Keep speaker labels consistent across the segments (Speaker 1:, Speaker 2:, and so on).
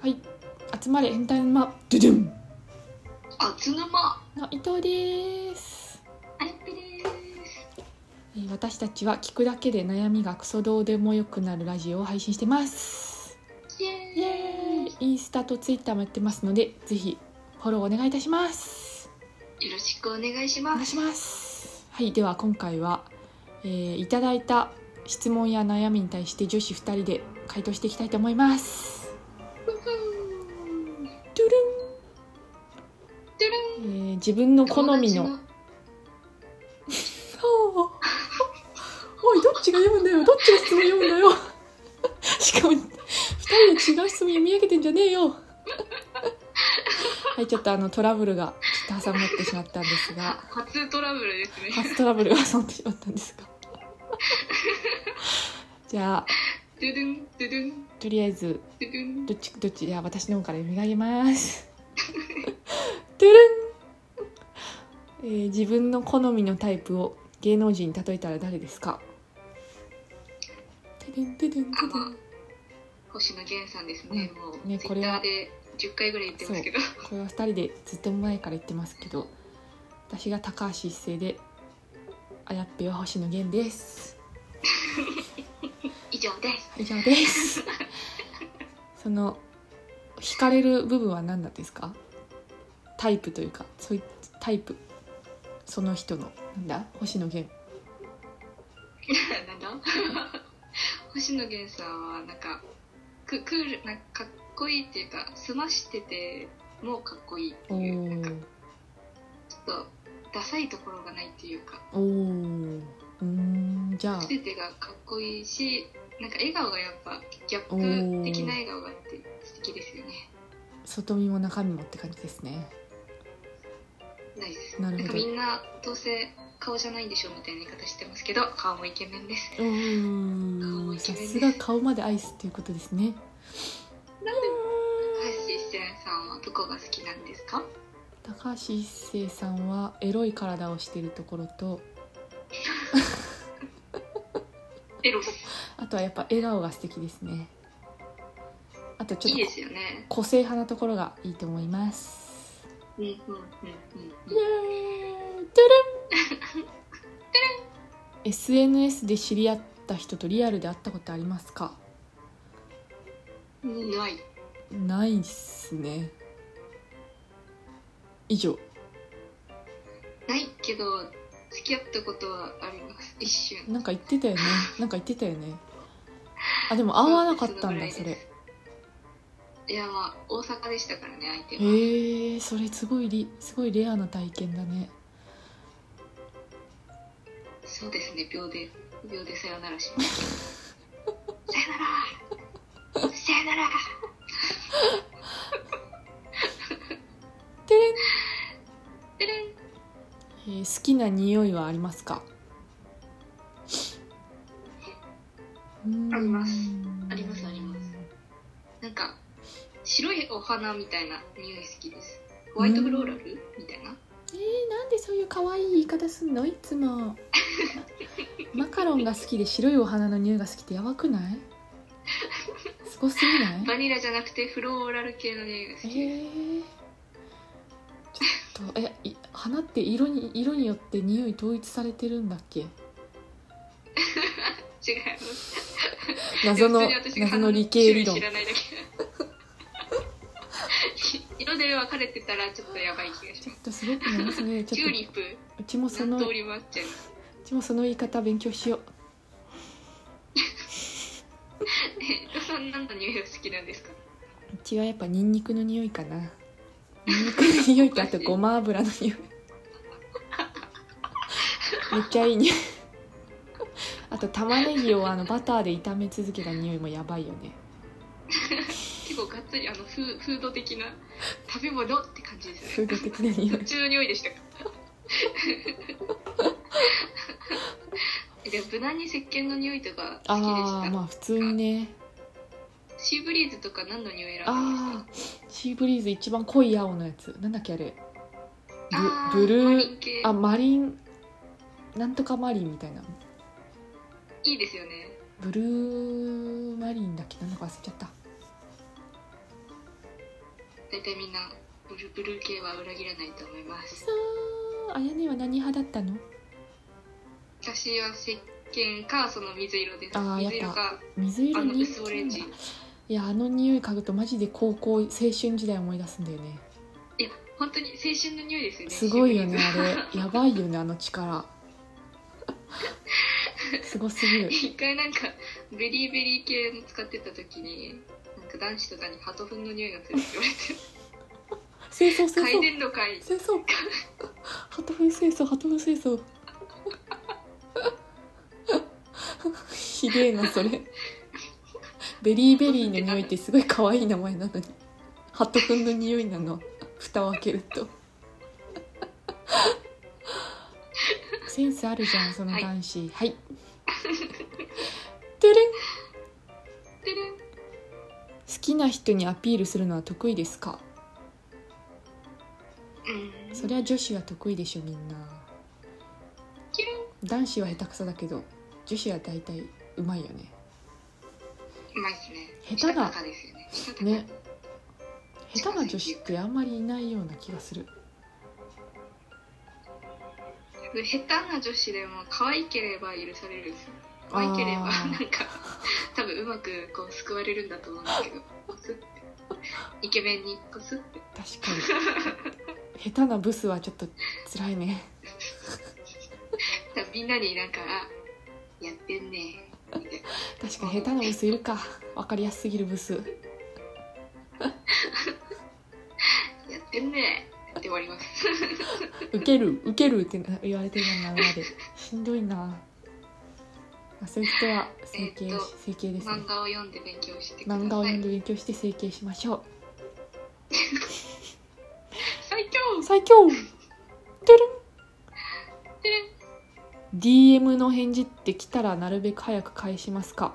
Speaker 1: はい集まれ変態沼ドゥドゥン
Speaker 2: あつぬま
Speaker 1: の伊藤です、
Speaker 2: アイピです
Speaker 1: えー私たちは聞くだけで悩みがクソどうでもよくなるラジオを配信してます
Speaker 2: イエ
Speaker 1: イエーイインスタとツイッターもやってますのでぜひフォローお願いいたします
Speaker 2: イよろしくお願いし
Speaker 1: お
Speaker 2: ま
Speaker 1: 願い
Speaker 2: す
Speaker 1: しますはいでは今回は、えーいただいた質問や悩みに対して女子2人で回答していきたいと思います
Speaker 2: ふふん
Speaker 1: ドゥルン
Speaker 2: てるん
Speaker 1: えー自分の好みの
Speaker 2: 友達
Speaker 1: おいどっちが読むんだよどっちが質問読むんだよしかも2人で違う質問読み上げてんじゃねえよはいちょっとあのトラブルがちょっと挟まってしまったんですが
Speaker 2: 初トラブルですね
Speaker 1: 初トラブルが挟まってしまったんですがじゃあ
Speaker 2: ドゥドゥンドゥドゥン
Speaker 1: とりあえず
Speaker 2: ドゥドゥン
Speaker 1: どっちどっちじゃあ私の方から読み上げますてるん、えー自分の好みのタイプを芸能人に例えたら誰ですかてるんてるんてるん
Speaker 2: あ星野源さんですね、もう
Speaker 1: ね
Speaker 2: ツイ
Speaker 1: これ
Speaker 2: ッタ
Speaker 1: は
Speaker 2: ーで10回ぐらい言ってますけど
Speaker 1: これは2人でずっと前から言ってますけど私が高橋一生であやっぺは星野源です
Speaker 2: 以上です
Speaker 1: 以上です その惹かれる部分は何なんですかタイプというかそういタイプその人のなんだ星野源
Speaker 2: なんだ 星野源さんはなんかククールなんかかっこいいっていうかすましててもうかっこいいって
Speaker 1: お
Speaker 2: いうなんか
Speaker 1: ー
Speaker 2: ちょっとダサいところがないっていうか
Speaker 1: おーうーんじゃあ
Speaker 2: 全てがかっこいいしなんか笑顔がやっぱギャップ的な笑顔があって素敵ですよね
Speaker 1: 外見も中身もって感じですね
Speaker 2: ないです
Speaker 1: なるほど
Speaker 2: んかみんなどうせ顔じゃないんでしょみたいな言い方してますけど顔もイケメンです
Speaker 1: おーさすが顔までアイスっていうことですね
Speaker 2: なんで橋一生さんはどこが好きなんですか
Speaker 1: 高橋一生さんはエロい体をしてるところと
Speaker 2: エロ
Speaker 1: あとはやっぱ笑顔が素敵ですねあとちょ
Speaker 2: い
Speaker 1: っ
Speaker 2: い
Speaker 1: と
Speaker 2: ですよね
Speaker 1: 個性派なところがいいと思います。
Speaker 2: うんうんうん
Speaker 1: イエー
Speaker 2: うん
Speaker 1: イトゥルン SNS で知り合った人とリアルで会ったことありますか
Speaker 2: うんない
Speaker 1: ないっすね。以上。
Speaker 2: ないけど付き合ったことはあります一瞬
Speaker 1: なんか言ってたよね。なんか言ってたよね。あ、でも会わなかったんだ、それ。へ
Speaker 2: いやまあ大阪でしたからね相
Speaker 1: え
Speaker 2: 手は、
Speaker 1: ー、それすごいり、すごいレアな体験だね。
Speaker 2: そうですね秒で秒でさよならしましたさよならさよなら
Speaker 1: てれん
Speaker 2: てれん
Speaker 1: えー好きな匂いはありますかうーん
Speaker 2: ありますありますありますなんか白いお花みたいな匂い好きですホワイトフローラルみたいな
Speaker 1: えー、なんでそういう可愛い言い方すんのいつ もマカロンが好きで白いお花の匂いが好きってやばくないすごす ぎない
Speaker 2: バニラじゃなくてフローラル系の匂いが
Speaker 1: え
Speaker 2: 好きです
Speaker 1: ー、ちょっとえい花って色に色によって匂い統一されてるんだっ け
Speaker 2: 違います
Speaker 1: 謎の
Speaker 2: でも普通に私が
Speaker 1: 謎
Speaker 2: 花
Speaker 1: の理系理論
Speaker 2: 種類知らないだけ 色で分かれてたらちょっとやばい気がし
Speaker 1: ちょ
Speaker 2: ま
Speaker 1: っとすごくないそれ
Speaker 2: す
Speaker 1: ち
Speaker 2: チ
Speaker 1: ょっ
Speaker 2: ュ
Speaker 1: と
Speaker 2: ーリップ
Speaker 1: うちもその
Speaker 2: 何通りもあっちゃいます
Speaker 1: うちもその言い方勉強しよう
Speaker 2: え伊藤さん何の匂いが好きなんですか
Speaker 1: うちはやっぱニンニクの匂いかなニンニクの匂いとあとごま油の匂いめっちゃいい匂いあと玉ねぎをあのバターで炒め続けた匂いもやばいよね
Speaker 2: 結構がっつりあのフーフード的な食べ物って感じです
Speaker 1: フ
Speaker 2: ね
Speaker 1: ード的な匂
Speaker 2: ど
Speaker 1: い
Speaker 2: っちの匂いでしたか でも無難に石鹸の匂いとか好きで
Speaker 1: ああ
Speaker 2: した、
Speaker 1: まあ普通にね
Speaker 2: シーブリーズとか何の匂い選んで
Speaker 1: ああ
Speaker 2: ま
Speaker 1: シーブリーズ一番濃い青のやつなんだっけあれ
Speaker 2: したあ
Speaker 1: ブブル
Speaker 2: マリ
Speaker 1: ー
Speaker 2: ン系
Speaker 1: あマリンなんとかマリンみたいない
Speaker 2: いですよね
Speaker 1: ブルーマリンだっけなんだか忘れちゃった
Speaker 2: 大体みんなブルブルー系は裏切らないと思います
Speaker 1: さああやねは何派だったの
Speaker 2: 私は石鹸かその水色です
Speaker 1: あーやっぱ
Speaker 2: 水
Speaker 1: 水色
Speaker 2: 色かあの
Speaker 1: に
Speaker 2: 薄オレンジ
Speaker 1: いやあの匂い嗅ぐとマジで高校青春時代思い出すんだよね
Speaker 2: いや本当に青春の匂いですよね
Speaker 1: すごいよね
Speaker 2: 塩水
Speaker 1: あれやばいよねあの力すごすぎる
Speaker 2: 一回なんかベリーベリー系の使ってた時になんか男子とかにハトフンの匂いがするって言われて
Speaker 1: 清掃清
Speaker 2: 回
Speaker 1: 掃
Speaker 2: 転の回
Speaker 1: 清掃ハトフン清掃ハトフン清掃ひでえなそれベリーベリーの匂いってすごい可愛い名前なのにハトフンの匂いなの蓋を開けるとセンスあるじゃんその男子はい、てれん好
Speaker 2: てるん
Speaker 1: きな人にアピールするのは得意ですか
Speaker 2: うん
Speaker 1: そりゃ女子は得意でしょみんな
Speaker 2: キュ
Speaker 1: 男子は下手くそだけど女子は大体うまいよね
Speaker 2: ンうまいっすね
Speaker 1: 下手な
Speaker 2: したたかですよねしたたか
Speaker 1: ね下手な女子ってあんまりいないような気がする
Speaker 2: 下手な女子でも可愛ければ許されるんですよ可愛けれ
Speaker 1: あ
Speaker 2: ばなん
Speaker 1: ー
Speaker 2: か多分うまくこう救われるんだと思うんだけどこすってイケメンにこすって
Speaker 1: 確かに下手なブスはちょっと辛いね
Speaker 2: 多分みんなになんかあやってんねみたいな
Speaker 1: 確かに下手なブスいるか分かりやすすぎるブス
Speaker 2: やってんねって終わります
Speaker 1: ウケるウケるってな言われてるのなまでしんどいな、まあ、そういう人は整形、
Speaker 2: えーと
Speaker 1: 整形ですね
Speaker 2: 漫画を読んで勉強してください
Speaker 1: 漫画を読んで勉強して整形しましょ
Speaker 2: 最強
Speaker 1: う最 強てるん
Speaker 2: てれん
Speaker 1: DM の返事って来たらなるべく早く返しますか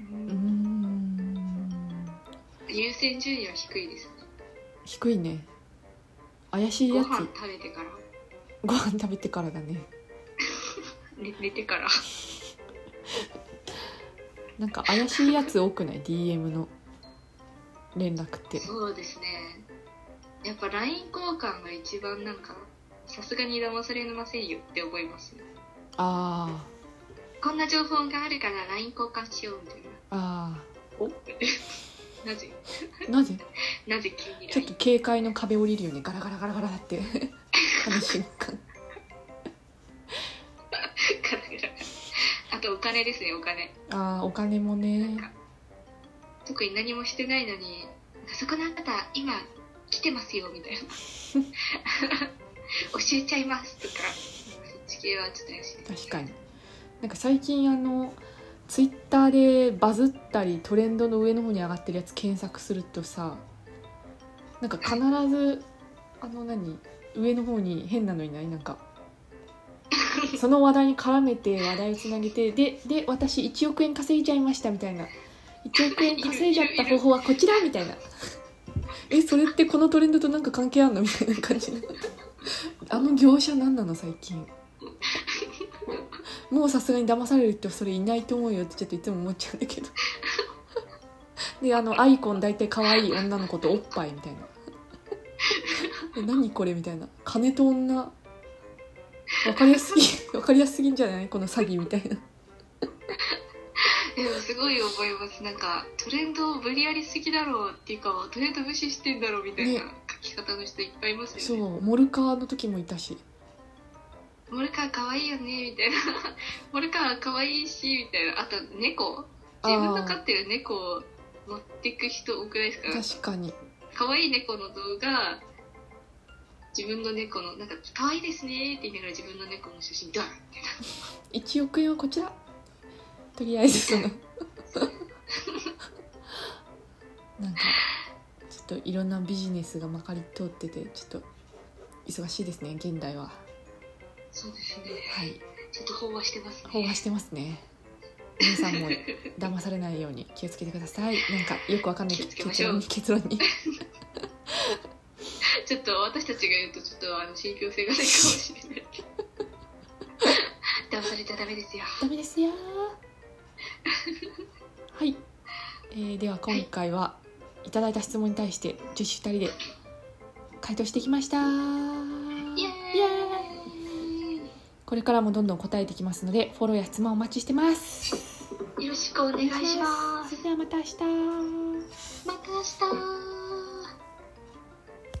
Speaker 1: うーん
Speaker 2: 優先順位は低いですね
Speaker 1: 低いね怪しい
Speaker 2: ご
Speaker 1: やつ
Speaker 2: 飯食べてから
Speaker 1: ご飯食べてからだね
Speaker 2: 寝寝てから
Speaker 1: なんか怪しいやつ多くない DM の連絡って
Speaker 2: そうですねやっぱ LINE 交換が一番なんかさすがに騙されませんよって思いますね
Speaker 1: あ
Speaker 2: こんな情報があるから LINE 交換しようみたい
Speaker 1: ーあ
Speaker 2: ななぜ
Speaker 1: ーなぜ
Speaker 2: なぜ急に
Speaker 1: ちょっと
Speaker 2: LINE
Speaker 1: 警戒の壁降りるよねガラガラガラガラってあの瞬間
Speaker 2: からあとお金ですねお金
Speaker 1: ああお金もね
Speaker 2: 特に何もしてないのに「そこのあなた今来てますよ」みたいな 教えちゃいますとか地球はちょっ と怪しいです
Speaker 1: 確かになんか最近あのツイッターでバズったりトレンドの上の方に上がってるやつ検索するとさなんか必ずあの何上の方に変なのいないなんかその話題に絡めて話題をつなげてでで私1億円稼いじゃいましたみたいな1億円稼いじゃった方法はこちらみたいな えそれってこのトレンドとなんか関係あんのみたいな感じのあの業者何なの最近もうさすがに騙される人それいないと思うよってちょっといつも思っちゃうんだけどであのアイコン大体可愛い女の子とおっぱいみたいなえ何これみたいな金と女わかりやす ぎわかりやすすぎんじゃないこの詐欺みたいな
Speaker 2: でもすごい思いますなんかトレンドを無理やりすぎだろうっていうかトレンド無視してんだろうみたいな
Speaker 1: ね
Speaker 2: 書き方の人いっぱいいます
Speaker 1: そ
Speaker 2: よね
Speaker 1: うモルカーの時もいたし
Speaker 2: モルカーかわいいよねみたいな モルカーかわいいしみたいなあと猫自分の飼ってる猫を持ってく人多くないですか
Speaker 1: 確かに
Speaker 2: かわいい猫の動画自分の猫のなんかかわいいですねって言いながら自分の猫の写真ドンって
Speaker 1: 1億円はこちらとりあえず そのなんかちょっといろんなビジネスがまかり通っててちょっと忙しいですね現代は
Speaker 2: そうですね
Speaker 1: はい
Speaker 2: ちょっと飽和してますね
Speaker 1: 飽和してますね皆さんも騙されないように気をつけてくださいなんかよくわかんない
Speaker 2: 気をつけま
Speaker 1: 結
Speaker 2: しょ
Speaker 1: 論
Speaker 2: う
Speaker 1: 結論に
Speaker 2: ちょっと私たちが言うとちょっとあの信憑性がないかもしれ ない。騙されちゃダメですよ。
Speaker 1: ダメです よーはい、えーでは今回は、いただいた質問に対して女子2人で回答してきました
Speaker 2: イエーイ
Speaker 1: これからもどんどん答えていきますのでフォローや質問お待ちしてます
Speaker 2: よろしくお願いしま
Speaker 1: そ
Speaker 2: す
Speaker 1: れではまた明日
Speaker 2: また明日